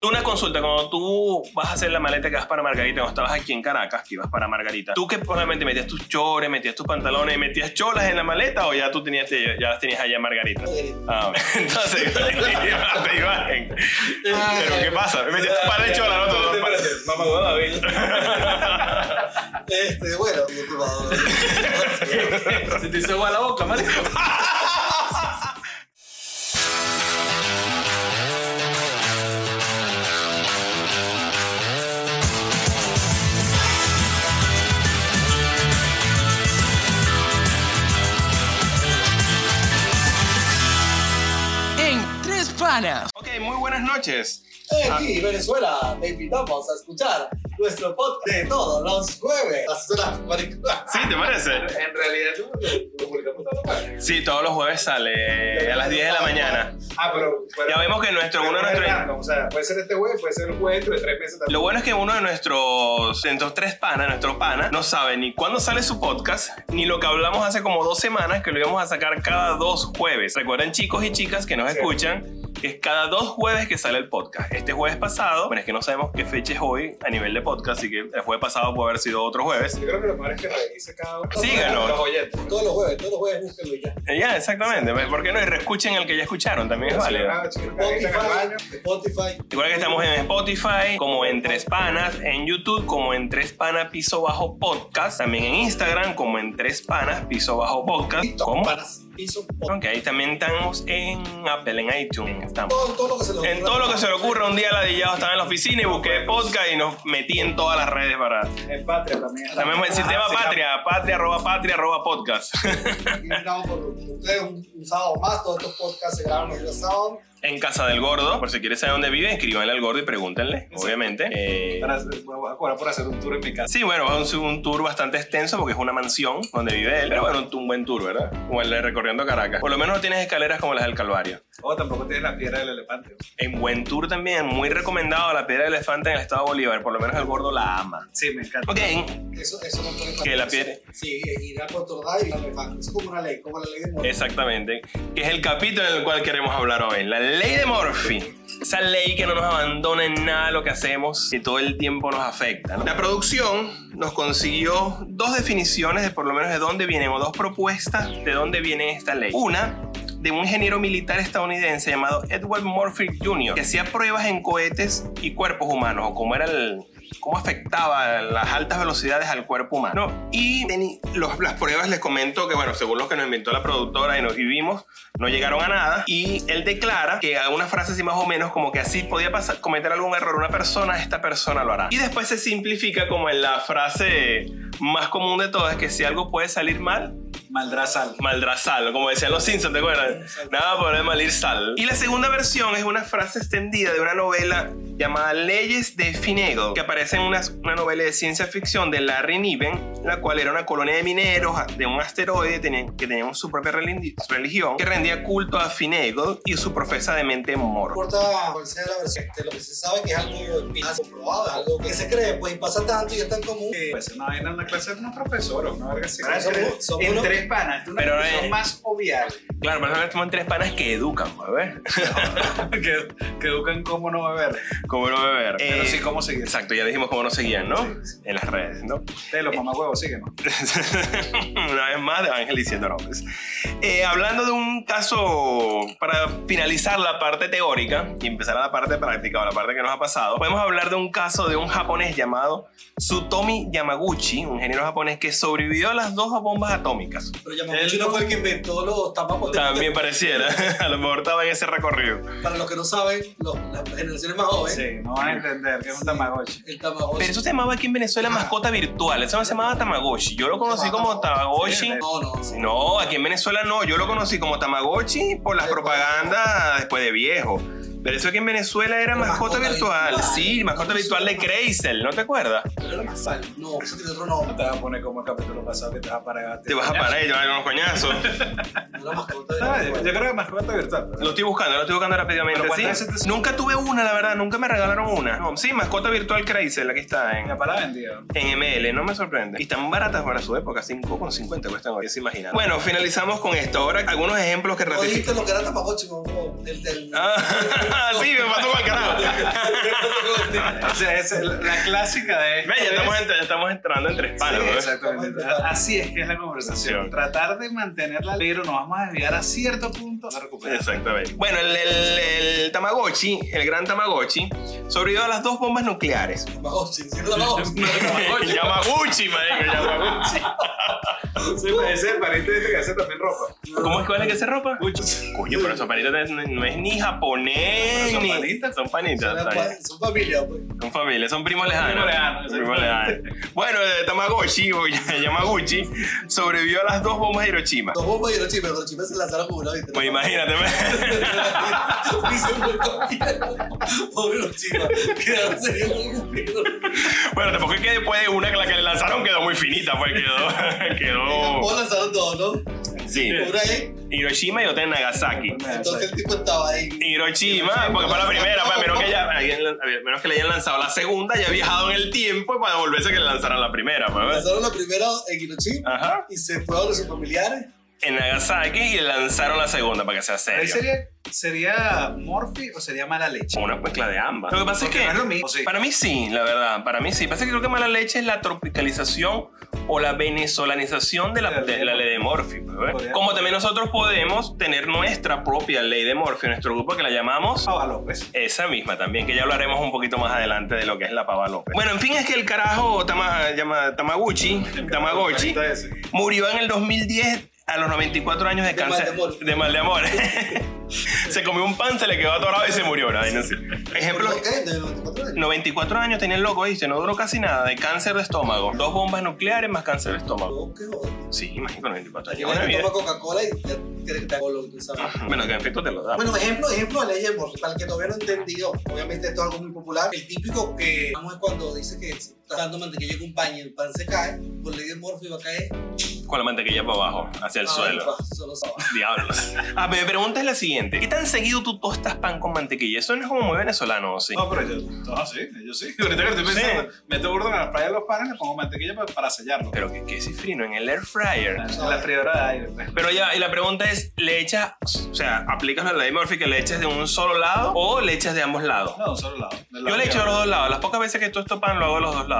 Una consulta, cuando tú vas a hacer la maleta que vas para Margarita, cuando estabas aquí en Caracas, que ibas para Margarita, ¿tú que probablemente metías tus chores, metías tus pantalones, metías cholas en la maleta o ya tú tenías, te- ya las tenías allá en Margarita? Ah, entonces, te imagen. Ah, Pero ¿qué pasa? Metías un par de cholas, ¿no? Todo- Mamá huevada, ¿ves? Este, bueno, disculpa. Se te hizo agua la boca, marico. en Tres Panas. Ok, muy buenas noches. Eh, sí, Venezuela, te invitamos a escuchar nuestro podcast de todos los jueves. Las horas mariconas. ¿Sí, te parece? En realidad, ¿tú lo publicamos todo mal? Sí, todos los jueves sale a las 10 de la mañana. Ah, pero. bueno, Ya vemos que nuestro, uno de puede ser nuestros- random, O sea, puede ser este jueves, puede ser el jueves dentro de tres meses también. Lo bueno es que uno de nuestros, de nuestros tres panas, nuestro pana, no sabe ni cuándo sale su podcast, ni lo que hablamos hace como dos semanas, que lo íbamos a sacar cada dos jueves. Recuerden, chicos y chicas que nos Sí. escuchan, que es cada dos jueves que sale el podcast. Este jueves pasado, bueno, es que no sabemos qué fecha es hoy a nivel de podcast, así que el jueves pasado puede haber sido otro jueves. Yo creo que lo mejor es que revise cada uno. Síganos. Los oyentes. Todos los jueves, todos los jueves, búsquenlo y ya. Eh, Ya, exactamente. ¿Por qué no? Y reescuchen el que ya escucharon, también es válido. Ah, chicos, ahorita en el baño. Spotify, Spotify. Recuerda que estamos en Spotify, como en Tres Panas, en YouTube, como en Tres Panas Piso Bajo Podcast, también en Instagram, como en Tres Panas Piso Bajo Podcast. TikTok, ¿Cómo? Panas, Piso, Ok, Podcast. ahí también estamos en Apple, en iTunes, estamos. Todo, todo lo que se les ocurra. En todo lo que se le ocurra, un día ladillado estaba en la oficina y busqué podcast y nos metí en todas las redes para. En Patria también. También pues, el sistema Ah, sí, patria, patria, arroba patria, arroba podcast. Y brindamos por ustedes un, un sábado más. Todos estos podcasts se graban los días sábado. en casa del gordo, por si quieres saber dónde vive, escríbanle al gordo y pregúntenle, obviamente. Eh, ah, Para hacer- voy a cobrar por hacer un tour en mi casa. Sí, bueno, es un, un tour bastante extenso porque es una mansión donde vive él. Pero bueno, un, un buen tour, ¿verdad? Como el de recorriendo Caracas. Por lo menos no tienes escaleras como las del Calvario. O tampoco tienes la piedra del elefante. En buen tour también, muy recomendado la Piedra del Elefante en el estado de Bolívar. Por lo menos el gordo la ama. Sí, me encanta. Ok, Eso, eso no puede Que la pierde. Sí, irá por Tordá y la refan. Es como una ley, como la ley de Morphy. exactamente. Que es el capítulo del cual queremos hablar hoy. La ley de Murphy. Esa ley que no nos abandona en nada lo que hacemos y todo el tiempo nos afecta. ¿no? La producción nos consiguió dos definiciones de por lo menos de dónde vienen o dos propuestas de dónde viene esta ley. Una de un ingeniero militar estadounidense llamado Edward Murphy Jr., que hacía pruebas en cohetes y cuerpos humanos, o cómo era el cómo afectaba las altas velocidades al cuerpo humano. Y teni- los- las pruebas les comento que, bueno, según lo que nos inventó la productora y nos vivimos, no llegaron a nada. Y él declara que a una frase así más o menos como que así podía pasar, cometer algún error una persona, esta persona lo hará. Y después se simplifica como en la frase más común de todas, que si algo puede salir mal, Maldrazal. Maldrazal, como decían los Simpsons, ¿te acuerdas? Nada por el malir sal. Y la segunda versión es una frase extendida de una novela llamada Leyes de Finegel, que aparece en una, una novela de ciencia ficción de Larry Niven, la cual era una colonia de mineros de un asteroide tenían- que tenían su propia religi- religión, que rendía culto a Finegel y su profesa de mente No moro. importa cuál sea la versión. de lo que se sabe que es algo que es comprobado, es algo que se cree, pues y pasa tanto y es tan común. que- Pues una vaina en la clase de unos profesores, una verga así. Pero somos- somos en unos- tres panas, es una Pero, discusión eh, más obvial. Claro, pero ahora estamos en tres panas que educan, ¿no? ¿Ves? que, que educan cómo no beber. ¿Cómo no beber? Pero Eh, sí cómo seguir. Exacto, ya dijimos cómo nos seguían, ¿no? En las redes, ¿no? De los mamagüevos, síguenos. Una vez más de Ángel diciendo nombres. Eh, hablando de un caso, para finalizar la parte teórica y empezar a la parte práctica o la parte que nos ha pasado, podemos hablar de un caso de un japonés llamado Tsutomi Yamaguchi, un ingeniero japonés que sobrevivió a las dos bombas atómicas. Pero Yamaguchi no fue el que inventó los tapas potentes. También pareciera, a lo mejor estaba en ese recorrido. Para los que no saben, los- las generaciones más jóvenes, Sí, no vas a entender que es un tamagotchi. el Tamagotchi. Pero eso se llamaba aquí en Venezuela mascota virtual, eso no se llamaba Tamagotchi. Yo lo conocí como Tamagotchi. No, no. sí. No, aquí en Venezuela no. Yo lo conocí como Tamagotchi por las propagandas después de viejo. Pero eso aquí en Venezuela era Pero mascota mascota virtual. virtual. Sí, mascota virtual de Crazel, ¿no te acuerdas? Pero era más sal. No, eso tiene otro No nombre. te vas a poner como el capítulo pasado que te vas a parar. Te vas a parar y te vas a dar unos coñazos. No era mascota. Ah, era yo, más yo creo que mascota virtual. Lo estoy buscando, lo estoy buscando rápidamente. Pero sí. ¿cuántas veces te- Nunca tuve una, la verdad, nunca me regalaron una. No, sí, mascota virtual Crazel, aquí está La en, parada vendida. en ML, no me sorprende. Y están baratas para su época, 5,50 cuestan hoy, se imaginan. Bueno, finalizamos con esto. Ahora, algunos ejemplos que No ratifican. dijiste lo que era Tamagotchi, no, no, el del... Ah. sí, me pasó con el carajo. O sea, esa es la- la clásica de. Ve, ya estamos, ent- ya estamos entrando en tres palos, Sí, ¿no? exactamente. ¿eh? Así es que es la conversación. Sí. Tratar de mantenerla, pero nos vamos a desviar a cierto punto. a recuperar. Exactamente. Bueno, el, el- el Tamagotchi, el gran Tamagotchi, sobrevivió a las dos bombas nucleares. Tamagotchi, sí, Tamagotchi. Yamaguchi, marico, Yamaguchi. Sí, parece el pariente de este que hace también ropa. ¿Cómo es que vale que se ropa? Mucho. Coño, pero son panitas no- no es ni japonés. Pero son ni- panitas. Son panitas. Son está bien. pa- Son familia, pues. Son familia, son primos lejanos. primos lejanos, Primos son lejanos. Bueno, eh, Tamagotchi o Yamaguchi sobrevivió a las dos bombas de Hiroshima. Los bombos y los chimes, los chimes se lanzaron como una vez. Pues imagínate. ve. Y se murió. Pobre los chimas. Quedaron serios en un pedo. Bueno, tampoco es que después de una que la que le lanzaron quedó muy finita, pues quedó. Vos quedó. lanzaron todo, ¿no? Sí. Una ahí. Hiroshima y otra en Nagasaki. Entonces el tipo estaba ahí. Hiroshima, porque fue la primera, pues, a menos que, ella- alguien- a ver, menos que le hayan lanzado la segunda, ya ha viajado en el tiempo para volverse a que le lanzaran la primera, pues, ¿ves? Lanzaron la primera en Hiroshima Ajá. y se fueron sus familiares. En Nagasaki y le lanzaron la segunda para que sea Ahí serio. sería, sería Morphy o sería mala leche. Como Una mezcla de ambas. Lo que pasa Porque es que. no es lo mismo, sí. Para mí sí, la verdad. Para mí sí. Pasa que creo que mala leche es la tropicalización o la venezolanización de la, de la ley de Morphy. pues, ¿ves? Podría- Como también nosotros podemos tener nuestra propia ley de Morphy, nuestro grupo que la llamamos Pava López. Esa misma también, que ya hablaremos un poquito más adelante de lo que es la pava López. Bueno, en fin, es que el carajo Tama- llama- Tamaguchi, Tamagotchi, Entonces, murió en el 2010 a los 94 años de De mal cáncer. de amor. De mal de amor. se comió un pan, se le quedó atorado y se murió. una vaina así. Ejemplo, ¿Por qué? De 94 años. 94 años tenía el loco, ¿viste? No duró casi nada, de cáncer de estómago. Dos bombas nucleares más cáncer de estómago. No, qué joder. Sí, imagínate, 94 años. Una Imagínate que vida. Ah. toma Coca-Cola y ya tiene que estar con lo que sabes. Bueno, que en efecto te lo da. Bueno, ejemplo, ejemplo de ley por para el que todavía no he entendido, obviamente esto es algo muy popular, el típico que vamos es cuando dice que se está dando mantequilla en un pan y el pan se cae, pues por ley de Morphy va a caer Con la mantequilla para abajo, hacia el Ah, suelo. va, solo sábado. Diablos. Ah, mi pregunta es la siguiente. ¿Qué tan seguido tú tostas pan con mantequilla? Eso no es como muy venezolano, ¿o sí? No, pero yo, no, sí, yo sí. Ahorita que estoy pensando, meto gordo en la playa de los panes, le pongo mantequilla pa- para, sellarlo. Pero que, que cifrino en el air fryer. En la freidora de aire. pues. Pero ya, y la pregunta es, ¿le echas, o sea, aplicas la ley de Murphy que le echas de un solo lado o le echas de ambos lados? No, de un solo lado. Del Yo lado le echo de que- los dos lados. Las pocas veces que tosto pan lo hago de los dos lados.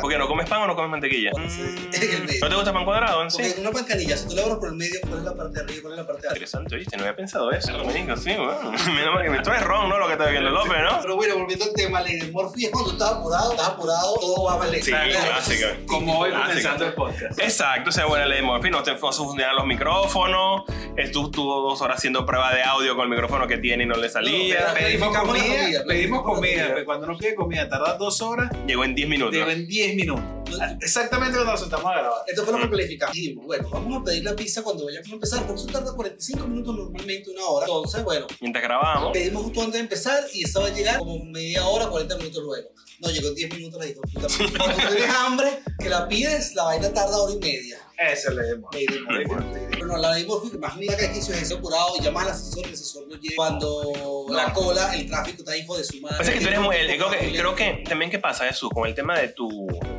Porque no comes pan o no comes mantequilla. Mm, ¿No te gusta pan cuadrado en Porque sí? en una pancanilla, si tú la abres por el medio, ¿cuál es la parte de arriba y cuál es la parte de abajo? Interesante, oíste, no había pensado eso. Dominico, sí, bueno. Menos mal que esto es ron, ¿no? Lo que está viendo López, ¿no? Pero bueno, volviendo al tema, ley de Morphy es cuando estás apurado, estás apurado, todo va a valer. Sí, Claro, clásica. eso es Como hoy Ah, sí. comenzando el podcast. Exacto, o sea, bueno, le dimos, en fin, no te no se funcionaban los micrófonos, estuvo estuvo dos horas haciendo prueba de audio con el micrófono que tiene y no le salía, No, Pedimos Planificamos la comida, comida, planificamos la pedimos comida. comida. pero Cuando uno pide comida, tarda dos horas, llegó en 10 minutos. llegó en 10 minutos. No. Exactamente cuando nos sentamos a grabar. Esto fue lo que Mm. planificamos. Dijimos, bueno, vamos a pedir la pizza cuando vayamos a empezar, porque eso tarda 45 minutos normalmente, una hora. Entonces, bueno, Mientras grabábamos, pedimos justo antes de empezar y esa va a llegar como media hora, 40 minutos luego. No, llegó en 10 minutos la dijo. puta madre. Cuando tú tienes hambre, que la pides, la vaina tarda hora y media. Ese le dimos. Me di cuenta. Bueno, la ley Morphy, más mira que aquí se es apurado y llamas al asesor, el asesor no llega. Cuando No. la cola, el tráfico está hijo de su madre. Pasa que tú eres muy- el- creo, que, creo que también que pasa, Jesús, con el tema de tu,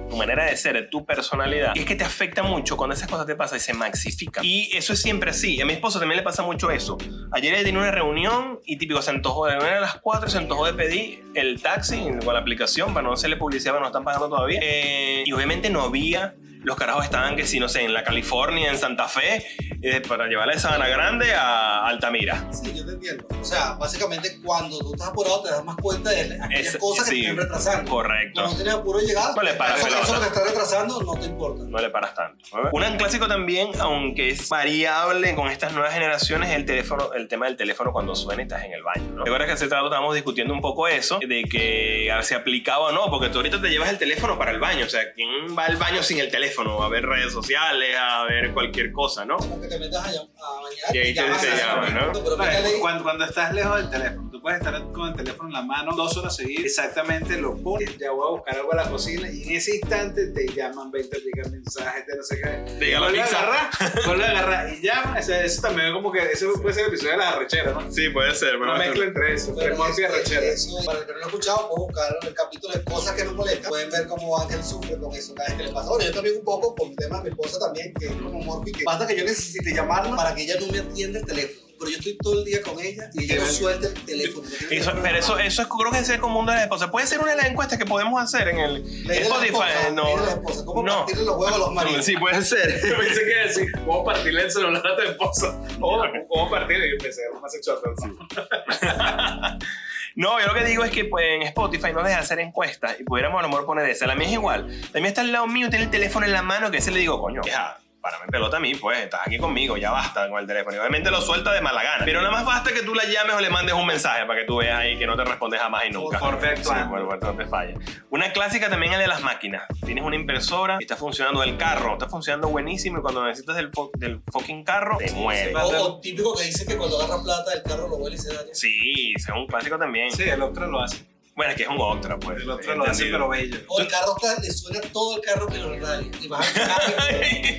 tu manera de ser, de tu personalidad. Y es que te afecta mucho cuando esas cosas te pasan y se maxifican. Y eso es siempre así. A mi esposo también le pasa mucho eso. Ayer él tenía una reunión y típico se antojó de a las 4, se antojó de pedir el taxi o la aplicación para no hacerle publicidad, para no están pagando todavía. Eh, y obviamente no había. Los carajos estaban que si no sé, en la California, en Santa Fe, eh, para llevarle a Sabana Grande a Altamira. Sí, yo te entiendo. O sea, básicamente cuando tú estás apurado te das más cuenta de aquellas Es- cosas que sí. te están retrasando. Correcto. Cuando no tienes apuro de llegar, No le paras eso, pelota. eso lo que está retrasando no te importa. no le paras tanto. ¿no? Un clásico también, aunque es variable con estas nuevas generaciones, es el teléfono, el tema del teléfono cuando suena y estás en el baño. ¿no? Recuerdas que hace rato estábamos discutiendo un poco eso, de que se aplicaba o no, porque tú ahorita te llevas el teléfono para el baño. O sea, ¿quién va al baño sin el teléfono? A ver redes sociales, a ver cualquier cosa, ¿no? Como que te metas a, llam- a bañar Y ahí te- llamas te a- llaman, ¿no? Pero Bueno, fíjate, Cuando, cuando estás lejos del teléfono, tú puedes estar con el teléfono en la mano dos horas seguidas, exactamente lo pones, ya voy a buscar algo a la cocina y en ese instante te llaman, ven, te llegan mensajes, te no sé qué. Te llega la Vuelve a pizza. agarrar, vuelve a agarrar y llama. O sea, eso también es como que ese puede ser el episodio de la arrechera, ¿no? Sí, puede ser. Una mezcla entre eso, entre pero morfi y eso- arrechera. eso- Para el que no lo ha escuchado, puedes buscar el capítulo de cosas que nos molestan. Pueden ver cómo Ángel sufre con eso cada vez que le pasa. Bueno, yo también un poco por el tema de mi esposa también, que es como Morphy, que basta que yo necesite llamarla para que ella no me atienda el teléfono. pero yo estoy todo el día con ella y ella no suelta el teléfono. no tiene Eso- que pero eso, programar. eso es, creo que es el común de las esposas. Puede ser una de las encuestas que podemos hacer en el Le en digo a la Spotify. esposa, no. dile a la esposa, ¿Cómo No. partirle los huevos a los maridos? Sí, puede ser. Yo pensé que decir, ¿cómo partirle el celular a tu esposa? ¿Cómo, cómo partirle? Y empecé a más sexual. ¿no? No, yo lo que digo es que pues, en Spotify no deja de hacer encuestas y pudiéramos a lo mejor poner esa. La mía es igual. La mía está al lado mío, tiene el teléfono en la mano, que ese le digo, coño, deja, párame pelota a mí, pues, estás aquí conmigo, ya basta con el teléfono. Y obviamente lo suelta de mala gana. Pero nada más basta que tú la llames o le mandes un mensaje para que tú veas ahí que no te responde jamás y nunca. Por perfecto Sí, ángulo. por perfecto falla. Una clásica también es la de las máquinas. Tienes una impresora, está funcionando el carro, está funcionando buenísimo y cuando necesitas del, fo- del fucking carro, te mueres. O, o típico que dice que cuando agarra plata el carro lo vuelve y se daña. Sí, ese es un clásico también. Sí, el otro lo hace. Bueno, es que es un Octra, pues. El otro lo hace, entendido. pero bello. O el carro está, le suena todo el carro menos el radio. Y vas al mecánico,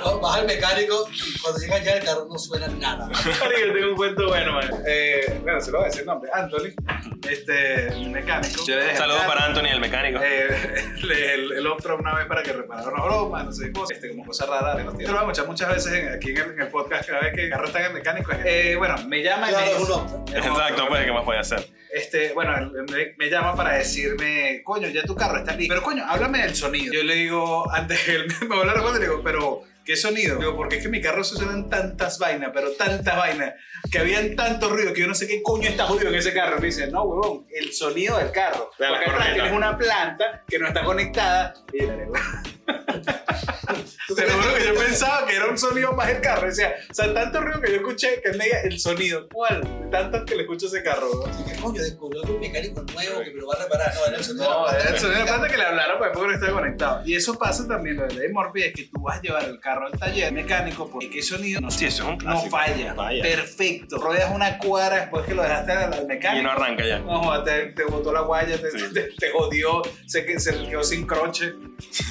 no, vas al mecánico y cuando llega ya el carro no suena nada. Marico, yo tengo un cuento bueno, man. Eh, bueno, se lo voy a decir el nombre. Anthony, este, mi mecánico. Saludos para Anthony, el mecánico. Eh, le- el, el otro una vez para que reparara una broma, no sé, cosas, este, como cosas raras. de los tíos. Yo lo hago muchas, muchas veces en- aquí en el, en el podcast, cada vez que el carro está en el mecánico. es, eh, bueno, me llama y me Claro, es dice- un Optra. es un Exacto, otro, pues, ¿qué más puede hacer? Este, bueno, él me, me llama para decirme, coño, ya tu carro está listo. Pero coño, háblame del sonido. Yo le digo, antes que él me me vuelva a responder, le digo, pero ¿qué sonido? Digo, porque es que en mi carro se suenan tantas vainas, pero tantas vainas, que habían tanto ruido que yo no sé qué coño está jodido en ese carro. Me dice, no, huevón, el sonido del carro. De la Porque atrás corneta. tienes una planta que no está conectada. Y yo le digo, ¿Tú te crees lo juro que yo ahorita- pensaba que era un sonido más el carro. Decía, o sea, tanto ruido que yo escuché que él me diga, el sonido, ¿cuál? De tantas que le escucho a ese carro, huevón. ¿Qué coño? Descubrió un mecánico nuevo que me lo va a reparar. No, era el sonido de eh. la No, plata. era el sonido de la planta que le hablaron pues porque no estaba conectado. Y eso pasa también, lo de Ley Murphy, es que tú vas a llevar el carro al taller mecánico porque que el sonido no, Ah, Sí, eso es un no clásico. falla. Perfecto. Rodeas una cuadra después que lo dejaste al, al Y no mecánico. arranca ya. No, joda, te, te botó la guaya, te, Sí. te- te jodió, se, que- se quedó sin croche.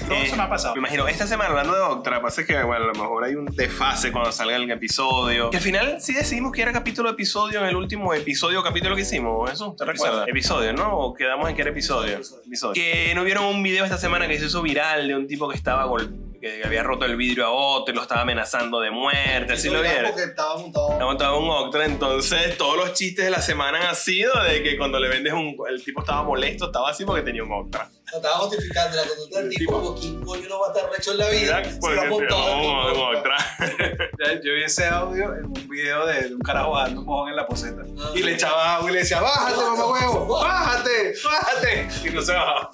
Todo Eh, eso me ha pasado. Me imagino, esta semana hablando de Octra, pasa que bueno, a lo mejor hay un desfase cuando salga el episodio. Que al final sí decidimos que era capítulo episodio en el último episodio o capítulo que hicimos, eso, ¿te recuerdas? Episodio, ¿no? O quedamos en que era episodio. Episodio. Episodio. Que no vieron un video esta semana que se hizo viral de un tipo que estaba gol que había roto el vidrio a otro y lo estaba amenazando de muerte, así Eso lo era vieron. Porque estaba montado. Ha montado un Octra, entonces todos los chistes de la semana han sido de que cuando le vendes un. El tipo estaba molesto, estaba así porque tenía un Octra. Lo estaba justificando la conducta del El tipo tipo- como que coño no va a estar recho en la vida. Mira, Se Porque lo ha tenía un montado. Octra. Ya, Yo vi ese audio en un video de, de un carajo bajando un mojón en la poseta. Ah. Y le echaba agua y le decía, bájate, mamá huevo, bájate, bájate. Y no se bajaba.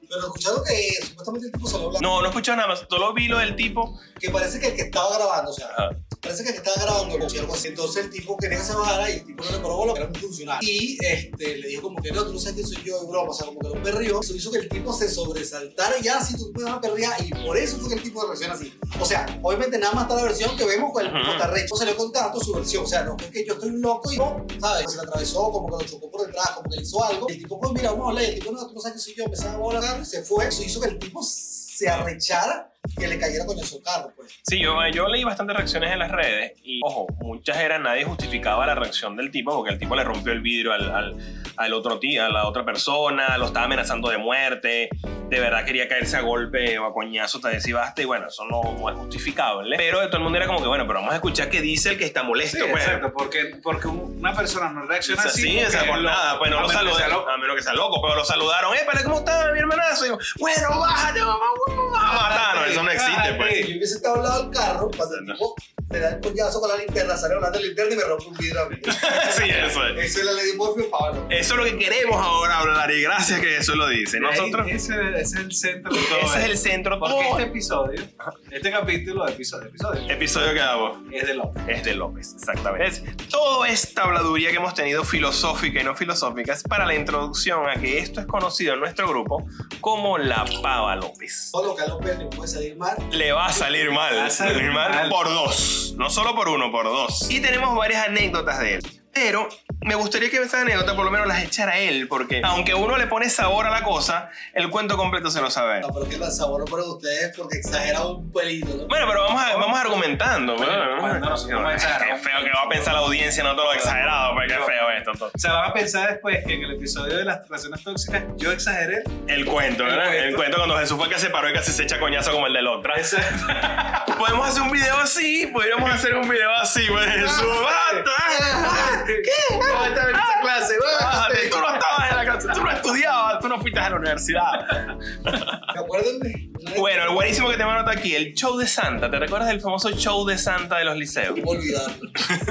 Pero escucharon que supuestamente el tipo salió hablando. No, no escuchó nada más, solo vi lo del tipo. Que parece que el que estaba grabando, o sea, Ajá. parece que el que estaba grabando, o sea, algo así. Entonces el tipo quería que se bajara y el tipo no le probó lo que era un funcionario. Y este, le dijo como que no, tú no sabes que soy yo de Europa, o sea, como que lo perrió. Eso hizo que el tipo se sobresaltara y ya, si tú me vas a perder, y por eso fue que el tipo reacciona así. O sea, obviamente nada más está la versión que vemos con el Ajá. tipo está recho. Se le contando su versión, o sea, no, es que yo estoy loco y no, ¿sabes? Se le atravesó, como que lo chocó por detrás, como que le hizo algo. Y el tipo, pues mira, vamos a hablar. Y el tipo, no, tú no sabes que soy yo, empezaba a volar, y se fue. Eso hizo que el tipo se arrechara que le cayera con su carro, pues. Sí, yo, eh, yo leí bastantes reacciones en las redes y, ojo, muchas eran, nadie justificaba la reacción del tipo porque el tipo le rompió el vidrio al, al, al otro tío, a la otra persona, lo estaba amenazando de muerte, de verdad quería caerse a golpe o a coñazo, te decibaste y bueno, eso no, no es justificable. Pero todo el mundo era como que, bueno, pero vamos a escuchar qué dice el que está Sí, molesto, pues. exacto, porque, porque una persona no Sí, reacciona o sea, así. sí, o sea, porque por lo- nada, pues no a lo menos que sea saludaron, loco. a menos que sea loco, pero lo saludaron, eh, ¿para cómo está mi hermanazo? Y yo, bueno, bájate, mamá, huevo, vamos a Ah, matarnos, eso no existe, pues. Si yo hubiese estado al lado del carro, cuando el tipo me da el coñazo con la linterna, sale hablando de linterna y me rompe un vidrio a mí. Ah, Sí, eso es. Eso es la Lady Murphy Pablo. Eso es lo que queremos ahora hablar y gracias que eso lo dice. Nosotros, Ahí, Ese, ese es el centro de todo ese es esto. el centro. Porque todo este episodio, este capítulo, episodio, episodio, este episodio que damos es de loco. es de López, exactamente. Es toda esta habladuría que hemos tenido filosófica y no filosófica es para la introducción a que esto es conocido en nuestro grupo como la pava López. Todo lo que a López le puede salir mal. Le va a salir mal, Le va a salir salir mal mal. por dos, no solo por uno, por dos. Y tenemos varias anécdotas de él, pero me gustaría que esa anécdota por lo menos las echara él, porque aunque uno le pone sabor a la cosa, el cuento completo se lo sabe. él. No, pero que el sabor para ustedes porque exagera un pelito, ¿no? Bueno, pero vamos, a- vamos argumentando. pues. Bueno, bueno, bueno, ¿no? nosotros vamos a echar. Qué feo que va a pensar la audiencia, no todo lo exagerado, pero qué feo esto. todo. O sea, van a pensar después que en el episodio de las relaciones tóxicas yo exageré. El cuento, ¿verdad? El cuento. El cuento cuando Jesús fue el que se paró y casi se echa coñazo como el del otro. Exacto. Podemos hacer un video así, podríamos hacer un video así, pues Jesús, basta. ¿Qué? No, esta en esa clase. Bájate, bájate. tú no estabas en la casa, tú no estudiabas, tú no fuiste a la universidad. Acuérdenme. Bueno, el buenísimo que te voy a anotar aquí, el show de Santa. ¿Te recuerdas del famoso show de Santa de los liceos? Olvidarlo.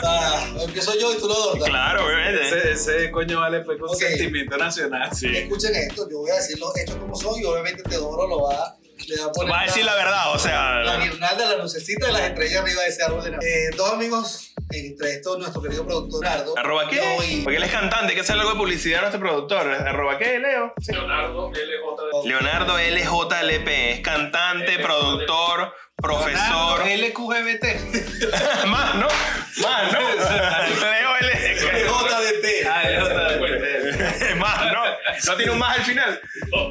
Ah, empiezo yo y tú lo adornas. Claro, obviamente. Ese, ese coño vale fue con Ok. sentimiento nacional. Sí. Escuchen esto, yo voy a decir los hechos como son y obviamente Teodoro lo va, le va a poner. Va a decir la verdad, o sea. La guirnalda, la lucecita de las estrellas arriba de ese árbol de Navidad. Eh, dos amigos, entre estos nuestro querido productor Nardo. ¿Arroba qué? Yo y- Porque él es cantante, hay que hacer algo de publicidad a nuestro productor. ¿Arroba qué, Leo? Leonardo LJ. Leonardo LJLP es cantante, profesor, profesor. LQGBT. Más, ¿no? Más, ¿no? Leo JDT. Ah, LQGBT. L. Más, ¿no? No tiene un más al final.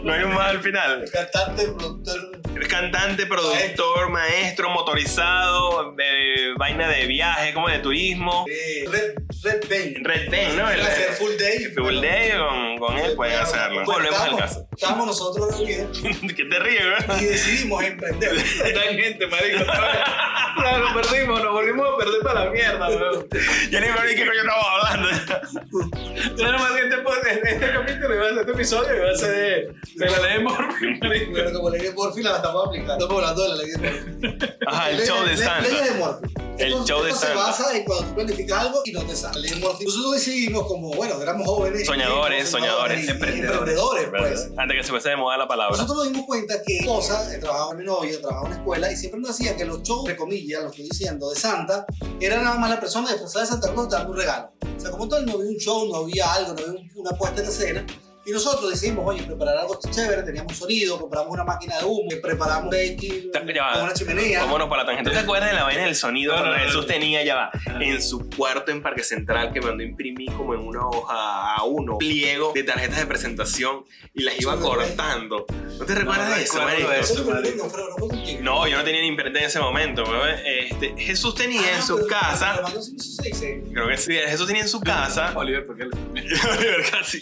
No hay un más al final. Cantante, productor. Cantante, productor, maestro, motorizado, eh, vaina de viaje, como de turismo. eh, Red, Red Band. Red Day, ¿no? El, Iba a ser full day. Full Day con, con él pueden Pero, hacerlo. pues, Volvemos al estábamos- caso. Estábamos nosotros reunidos que te ríes, ¿verdad? y decidimos emprender. Tangente, marico. Lo perdimos, nos volvimos a perder para la mierda, weón. Ya ni me olvidé que coño estamos hablando. No, no, más que este, pod- este capítulo iba a ser este episodio, iba a ser de, de la ley de Morphy, marico. Pero como la ley de Morphy la estamos aplicando. Estamos hablando de la ley de Morphy. Ajá, el Ley- show de ley- Ley de Santa. Morphy. El Esto- show de esto Santa. se basa en cuando tú planificas algo y no te sale. La ley de Morphy. Nosotros decidimos como, bueno, éramos jóvenes. Soñadores, éramos soñadores, y- y emprendedores, pues. Antes que se fuese de moda la palabra. Nosotros nos dimos cuenta que Cosa eh, trabajaba con mi novia, trabajaba en una escuela y siempre nos decía que los shows, de comillas, lo estoy diciendo, de Santa, era nada más la persona disfrazada de Santa Claus dando un regalo. O sea, como tal, no había un show, no había algo, no había un- una puesta en escena. Y nosotros decidimos, oye, preparar algo chévere, teníamos sonido, compramos una máquina de humo, preparamos baking, Ta- ya va. con una chimenea. Vámonos para la tangente. ¿Tú te acuerdas de la vaina del sonido No, no, cuando no, no. Jesús tenía ya va en su cuarto en Parque Central que mandó imprimir como en una hoja a uno pliego de tarjetas de presentación y las iba Sí, cortando? ¿No te recuerdas no de eso, recuerdo marico? de Eso fue- marico. no fue- no fue contigo. No, yo no tenía ni internet en ese momento, weón. Este, Jesús tenía Ah, en pero- su casa, pero Armando sí me hizo seis, eh. creo que sí, Jesús tenía en su casa Oliver, ¿por qué le casi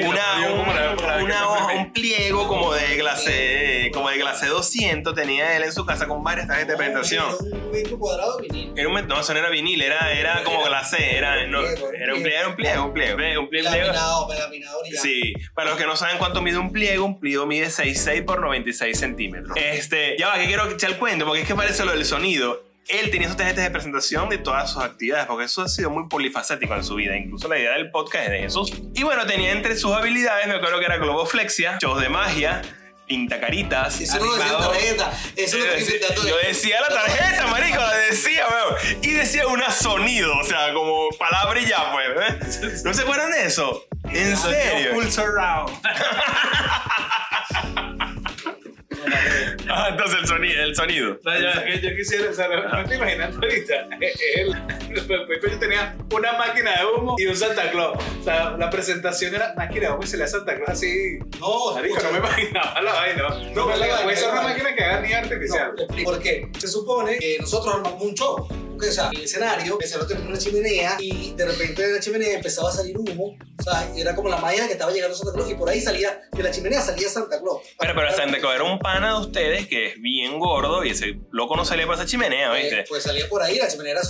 una, Yo, un- como la- como la- una que hoja, me- un pliego como de glacé, como de glacé 200 tenía él en su casa con varias tarjetas de presentación. Era Un metro cuadrado de vinil. Era un, met- no, eso no era vinil, era, era como glacé, era, no, era un pliego, era un pliego, un pliego, ve, un pliego. Laminado, laminado brillante. Sí, para los que no saben cuánto mide un pliego, un pliego mide 66 por 96 centímetros. Este, ya va, que quiero echar el cuento, porque es que parece lo del sonido. Él tenía sus tarjetas de presentación de todas sus actividades, porque eso ha sido muy polifacético en su vida, incluso la idea del podcast es de Jesús. Y bueno, tenía entre sus habilidades, me acuerdo que era globoflexia, shows de magia, pintacaritas, Eso no lo decía la arrimado. tarjeta. Eso lo Yo estoy decía- inventando. Eh, Yo decía la tarjeta, marico, la decía, weón. Y decía una sonido, o sea, como palabra y ya, pues. ¿eh? ¿No se acuerdan de eso? En serio. Full surround. Ah, entonces el sonido. El sonido. No, yo, es que yo quisiera, o sea, no, no te imaginas ahorita. Él, después yo tenía una máquina de humo y un Santa Claus. O sea, la presentación era máquina de humo y se le da Santa Claus así. No, Marico, escucha, no me imaginaba la vaina. No, no, no, no, puede ser no, una no. máquina que haga ni artificial. no, te explico. ¿Por qué? Se supone que nosotros armamos un show. O sea, el escenario, el escenario tenía una chimenea y de repente de la chimenea empezaba a salir humo. O sea, y era como la malla que estaba llegando Santa Claus y por ahí salía, de la chimenea salía Santa Claus. Pero, pero Santa Claus era un pana de ustedes que es bien gordo y ese loco no salía para esa chimenea, Eh, ¿viste? Pues salía por ahí, la chimenea era,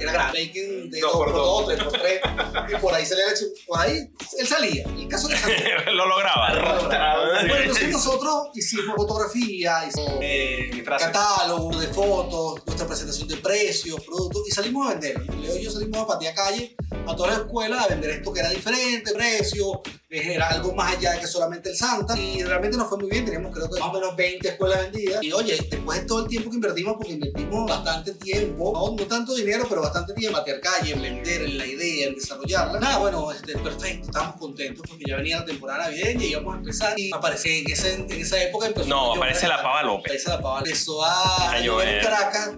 era grande, bacon de 2 Dos por por 2, 3 por 3. Y por ahí salía la chimenea. Por ahí él salía. El caso de Santa Lo lograba. Bueno, entonces nosotros hicimos fotografía, hicimos Eh, disfraces. catálogo de fotos, nuestra presentación de precios, productos, y salimos a vender. Leo y yo salimos a patear calle a toda la escuela a vender esto que era diferente, precio, eh, era algo más allá de que solamente el Santa. Y realmente nos fue muy bien. Teníamos creo que más o menos 20 escuelas vendidas. Y oye, después de todo el tiempo que invertimos, porque invertimos bastante tiempo, no, no tanto dinero, pero bastante tiempo, a calle, en vender, en la idea, en desarrollarla. Nada, bueno, este, perfecto, estábamos contentos porque ya venía la temporada navideña y íbamos a empezar. Y aparece en, ese- en esa época empezó No, a llover. aparece la pava López. Aparece la pava. Empezó a, A llover en llover. Caracas,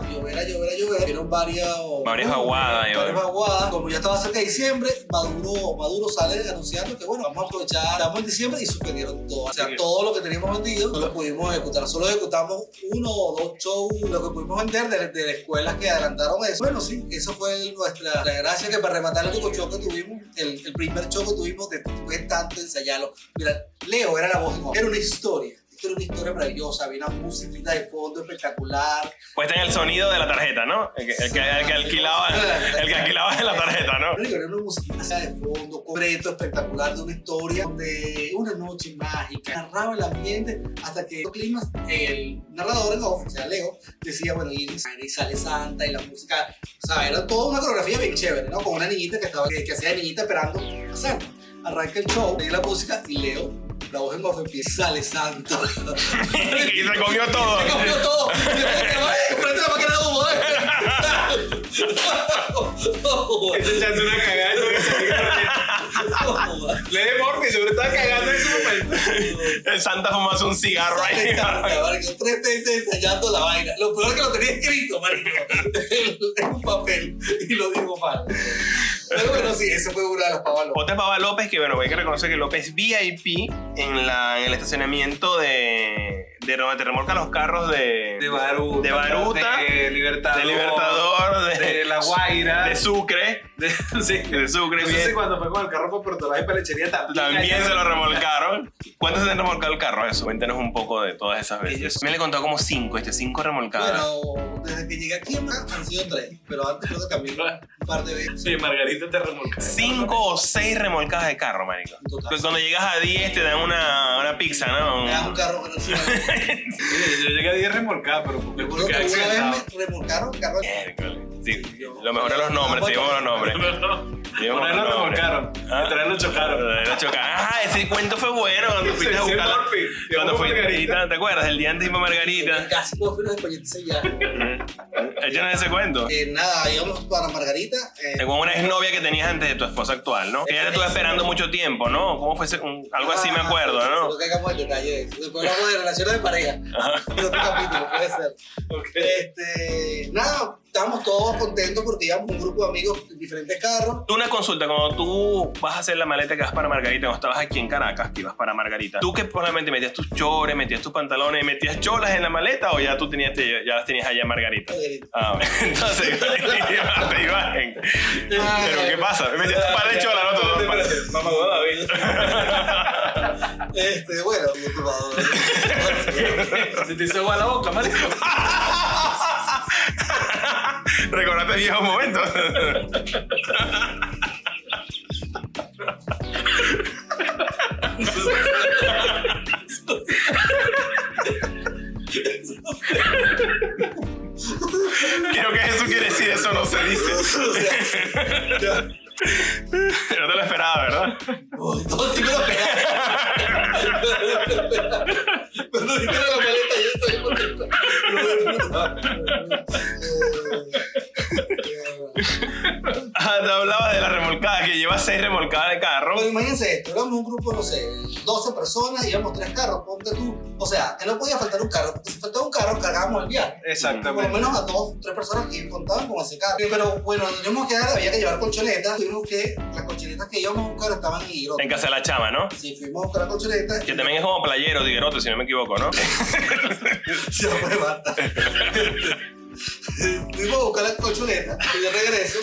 a llover, a llover, a llover. Vieron varias. Varias aguadas, yo. Varias aguadas. Como ya estaba cerca de diciembre, Maduro, Maduro sale anunciando que bueno, vamos a aprovechar. Estamos en diciembre y suspendieron todo. O sea, Sí. todo lo que teníamos vendido no lo pudimos ejecutar. Solo ejecutamos uno o dos shows, lo que pudimos vender de, de las escuelas que adelantaron eso. Bueno, sí, eso fue el- nuestra la gracia que para rematar el único show que tuvimos, el, el primer show que tuvimos después de tanto ensayarlo. Mira, Leo era la voz, en off. era una historia. Esto era una historia maravillosa, había una musiquita de fondo espectacular. Pues está en el sonido de la tarjeta, ¿no? El que, el que- el que alquilaba, el que alquilaba de la tarjeta, ¿no? Pero era una musiquita de fondo, concreto, espectacular, de una historia de una noche mágica. Narraba el ambiente hasta que el clima, el narrador en off, o sea, Leo, decía, bueno, y, y sale Santa y la música. O sea, era toda una coreografía bien chévere, ¿no? Con una niñita que, estaba, que, que hacía de niñita esperando a Santa. Arranca el show, le la música y Leo, la voz en off empieza, sale Santa. Y se comió todo. Se comió todo. Frente a la máquina de humo, ¿eh? Estoy echando una cagada. yo voy a salir corriendo. Lady Morphy seguro estaba cagando en ese momento. El Santa fumase un cigarro ahí. Marico, Tres veces ensayando la vaina. Lo peor que lo tenía escrito, marico. En un papel. Y lo digo mal. Pero bueno, sí, eso fue una de las pavalos. Otra pava López, que bueno, hay que reconocer que López es VIP en, la, en el estacionamiento de, de donde te remolcan los carros de, De Baruta. De Baruta. De Libertador. de Libertador, de, De La Guaira. de Sucre. de- sí. De Sucre, No bien. sé si cuando fue con el carro por Puerto Rico y para lechería también. También se lo remolcaron. ¿Cuántos se han remolcado el carro? Eso, cuéntanos un poco de todas esas veces. Ellos- Me le contó como cinco, este, cinco remolcadas. Bueno, desde que llegué aquí ma, han sido tres. Pero antes creo que también un par de veces. Sí, Margarita te remolcó. Cinco o seis remolcadas de carro, marico. En total. Pues cuando llegas a 10 te dan una, una pizza, ¿no? Me da un carro que no sirve. Sí, Yo llegué a 10 remolcadas, pero porque Recuerdo que porque una accidentado. vez me remolcaron un carro. Miércoles. Sí, lo mejor es los nombres, sí, vamos a los nombres. No, no. Sí, Por vamos a ahí lo los nombres. remolcaron. Ah. Por ahí lo chocaron. Lo chocaron. Ah, ese cuento fue bueno cuando fuiste a Sí, sí, buscar Morphy. la- Cuando Llamó fuiste, Margarita. ¿te acuerdas? El día antes iba Margarita. Casi puedo firmar el coñete sellado. Échanos ese cuento. Eh, nada, íbamos para Margarita. eh, Con una exnovia que tenías antes de tu esposa actual, ¿no? Que ya te estuve esperando mucho tiempo, ¿no? ¿Cómo fue ese- un- algo así me acuerdo, Creo ¿no? ah, que hagamos el detalle de eso. Después hablamos de relaciones de pareja. En otro capítulo, puede ser. Ok. Este, nada, estábamos todos contentos porque íbamos un grupo de amigos en diferentes carros. Tú una consulta, cuando tú vas a hacer la maleta que vas para Margarita, cuando estabas aquí en Caracas, que ibas para Margarita, ¿tú que probablemente metías tus chores, metías tus pantalones, metías cholas en la maleta o ya tú tenías, te- ya las tenías allá en Margarita? Ah, bueno. entonces te ibas- te ibas en- Pero ¿qué pasa? Metías un par de cholas, ¿no? Tú- Espérate, Mamá, huevo, David. Este, bueno, Se te hizo agua la boca, marico. Recordate viejos momentos. Creo que Jesús quiere decir eso, no se dice. O sea, ya. No te lo esperaba, ¿verdad? Uy, no, sí me lo pegaba. Cuando hicieron la maleta, yo estoy contento. Eh, Ah, te hablaba de la remolcada, que lleva seis remolcadas de carro. Pero imagínense esto, éramos un grupo, no sé, 12 personas, íbamos tres carros, ponte tú. O sea, que no podía faltar un carro, porque si faltaba un carro, cargábamos el viaje. Por lo Exactamente. menos a dos, tres personas que contaban con ese carro. Pero bueno, nos teníamos que dar, había que llevar colchonetas. Tuvimos que, las colchonetas que íbamos a buscar estaban en Higuerote. En casa de la chama, ¿no? Sí, fuimos a buscar las colchonetas. Que también es como playero, tiguerote, si no me equivoco, ¿no? Ya fue, basta. fuimos a buscar las colchonetas y de regreso.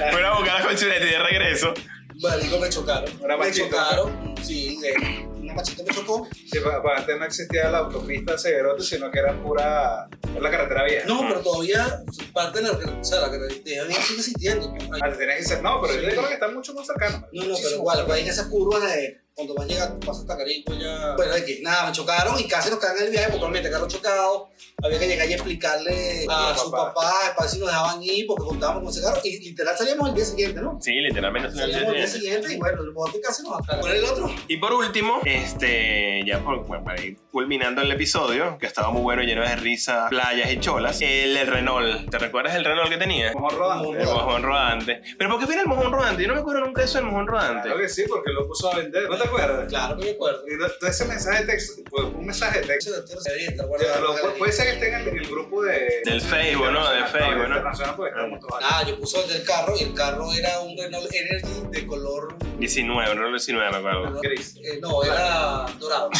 Fueron a buscar las colchonetas y de regreso. Marico, me chocaron. Ahora me machito. chocaron. Sí, eh, una macheta me chocó. Sí, pa- pa- antes no existía la autopista Severote, sino que era pura. era la carretera vieja. No, pero todavía parte de la o sea, la carretera vieja sigue existiendo. Hay- Ah, te tienes que ser. No, pero Sí. yo creo que está mucho más cercano. No, no, pero Muchísimo. igual, pues en esas curvas de cuando van llegando, pasa hasta Carico ya. Bueno, de que nada, me chocaron y casi nos cagan en el viaje, porque obviamente carro chocado. Había que llegar y explicarle a A su papá. papá, para ver si nos dejaban ir, porque contábamos con ese carro. Y literal salíamos al día siguiente, ¿no? Sí, literalmente. es una Salíamos al día leyenda. siguiente y bueno, el bote casi nos acaba. ¿Cuál es el otro? Y por último, este, ya por, bueno, para ir culminando el episodio, que estaba muy bueno, lleno de risa, playas y cholas, el, el Renault. ¿Te recuerdas el Renault que tenía? Como rodando. El mojón rodante. ¿Pero por qué viene el mojón rodante? Yo no me acuerdo nunca de eso del mojón rodante. Claro que sí, porque lo puso a vender. ¿No te acuerdas? Claro, que me acuerdo. Y no- todo ese mensaje de texto, fue un mensaje de texto. Ese doctor se debería estar Ya, guardado. lo- pu- puede ser que esté en el, el grupo de. Del Facebook, ¿no? Del Facebook, ¿no? internacional, porque estamos todos acá. Ah, yo puse el del carro y el carro era un Renault Energy de color 19, Renault 19, me acuerdo. Gris. Eh, no, era dorado. dorado.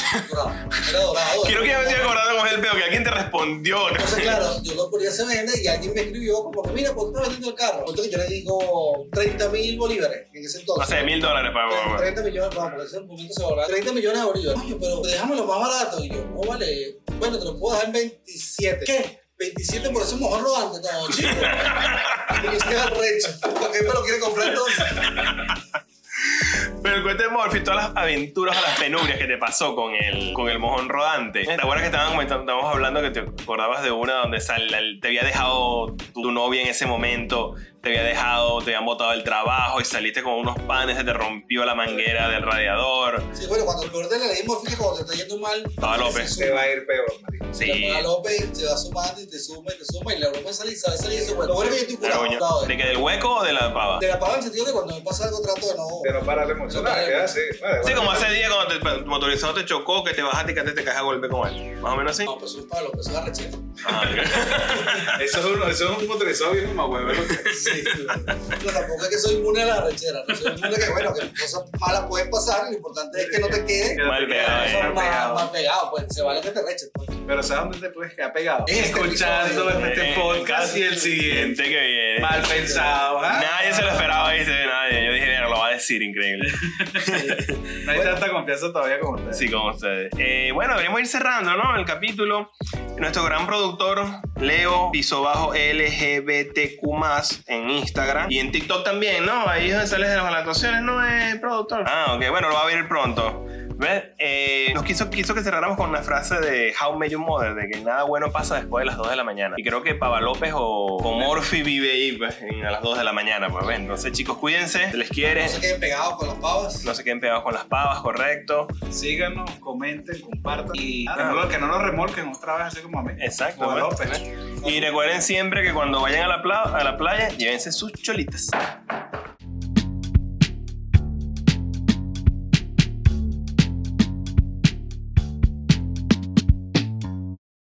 Era dorado. Quiero que ya me estoy Era- acordando con el pedo, que alguien te respondió. ¿no? Entonces, claro, yo lo ponía se vende y alguien me escribió como que, mira, ¿por qué estás vendiendo el carro? Entonces yo le digo 30 mil bolívares en ese No entonces. sé, mil dólares para Tre- 30 millones, vamos, en ese momento se valoraba 30 millones de bolívares. Oye, pero dejámoslo más barato. Y yo, no vale. Bueno, te lo puedo dejar en 27. ¿Qué? 27 por ese mojón rodante, no, chico. Y yo estoy arrecho. ¿Por qué me lo quiere comprar entonces? Pero el cuento de Morphy, todas las aventuras, las penurias que te pasó con el, con el mojón rodante. ¿Te acuerdas que estaban, estábamos hablando que te acordabas de una donde sal- la- te había dejado tu, tu novia en ese momento, te había dejado, te habían botado el trabajo y saliste con unos panes, se te rompió la manguera del radiador? Sí, bueno, cuando el peor de la ley fíjate, cuando te está yendo mal, Estaba se López. Te suma. va a ir peor, marico. Sí. La López se va sumando y te suma y te suma y la broma sale y sabe salir y se vuelve. Lo vuelve y estoy La curado. coña. curado, ¿De eh. que del hueco o de la pava? Te la pago en el sentido que cuando me pasa algo trato de no. De no parar de emocionar, No, queda así. Vale, Sí, vale. como hace día cuando te- tu motorizado te chocó, que te bajaste y que te caes a golpe con él. Más o menos así. No, pues un palo, pues agarra chile. Ah, ok. Eso es, uno, eso es un motorizado bien mamá Sí. No, tampoco es que soy inmune a la rechera. No soy inmune a que, bueno, que cosas malas pueden pasar. Lo importante es que no te quedes Mal pegado, eh. cosas más, más pegado. Pues se vale que te reches. Pues. Pero ¿sabes dónde te puedes quedar pegado? Este Escuchando episodio. Eh, este podcast y el Gente siguiente. que viene. Mal pensado, ¿ah? Nadie se lo esperaba, dice nadie. Yo dije, "Verga, lo va a decir, increíble. No hay tanta confianza todavía como ustedes. Así como ustedes. Eh, bueno, deberíamos ir cerrando, ¿no? El capítulo. Nuestro gran productor, Leo, piso bajo LGBTQ, en Instagram. Y en TikTok también, ¿no? Ahí es donde sales de las actuaciones, ¿no? Es productor. Ah, ok. Bueno, lo va a venir pronto. ¿Ves? Eh, nos quiso, quiso que cerráramos con una frase de How May You Mother, de que nada bueno pasa después de las 2 de la mañana. Y creo que Pava López o, o Morphy vive ahí pues, en- a las 2 de la mañana, pues ¿ves? Entonces, chicos, cuídense, se les quiere, No se queden pegados con las pavas. no se queden pegados con las pavas, correcto. Síganos, comenten, compartan. Y que no lo- que no nos remolquen otra vez así como a mí. Ah. Exacto, O a ¿no? López. Y recuerden siempre que cuando vayan a la, pla- a la playa, llévense sus cholitas.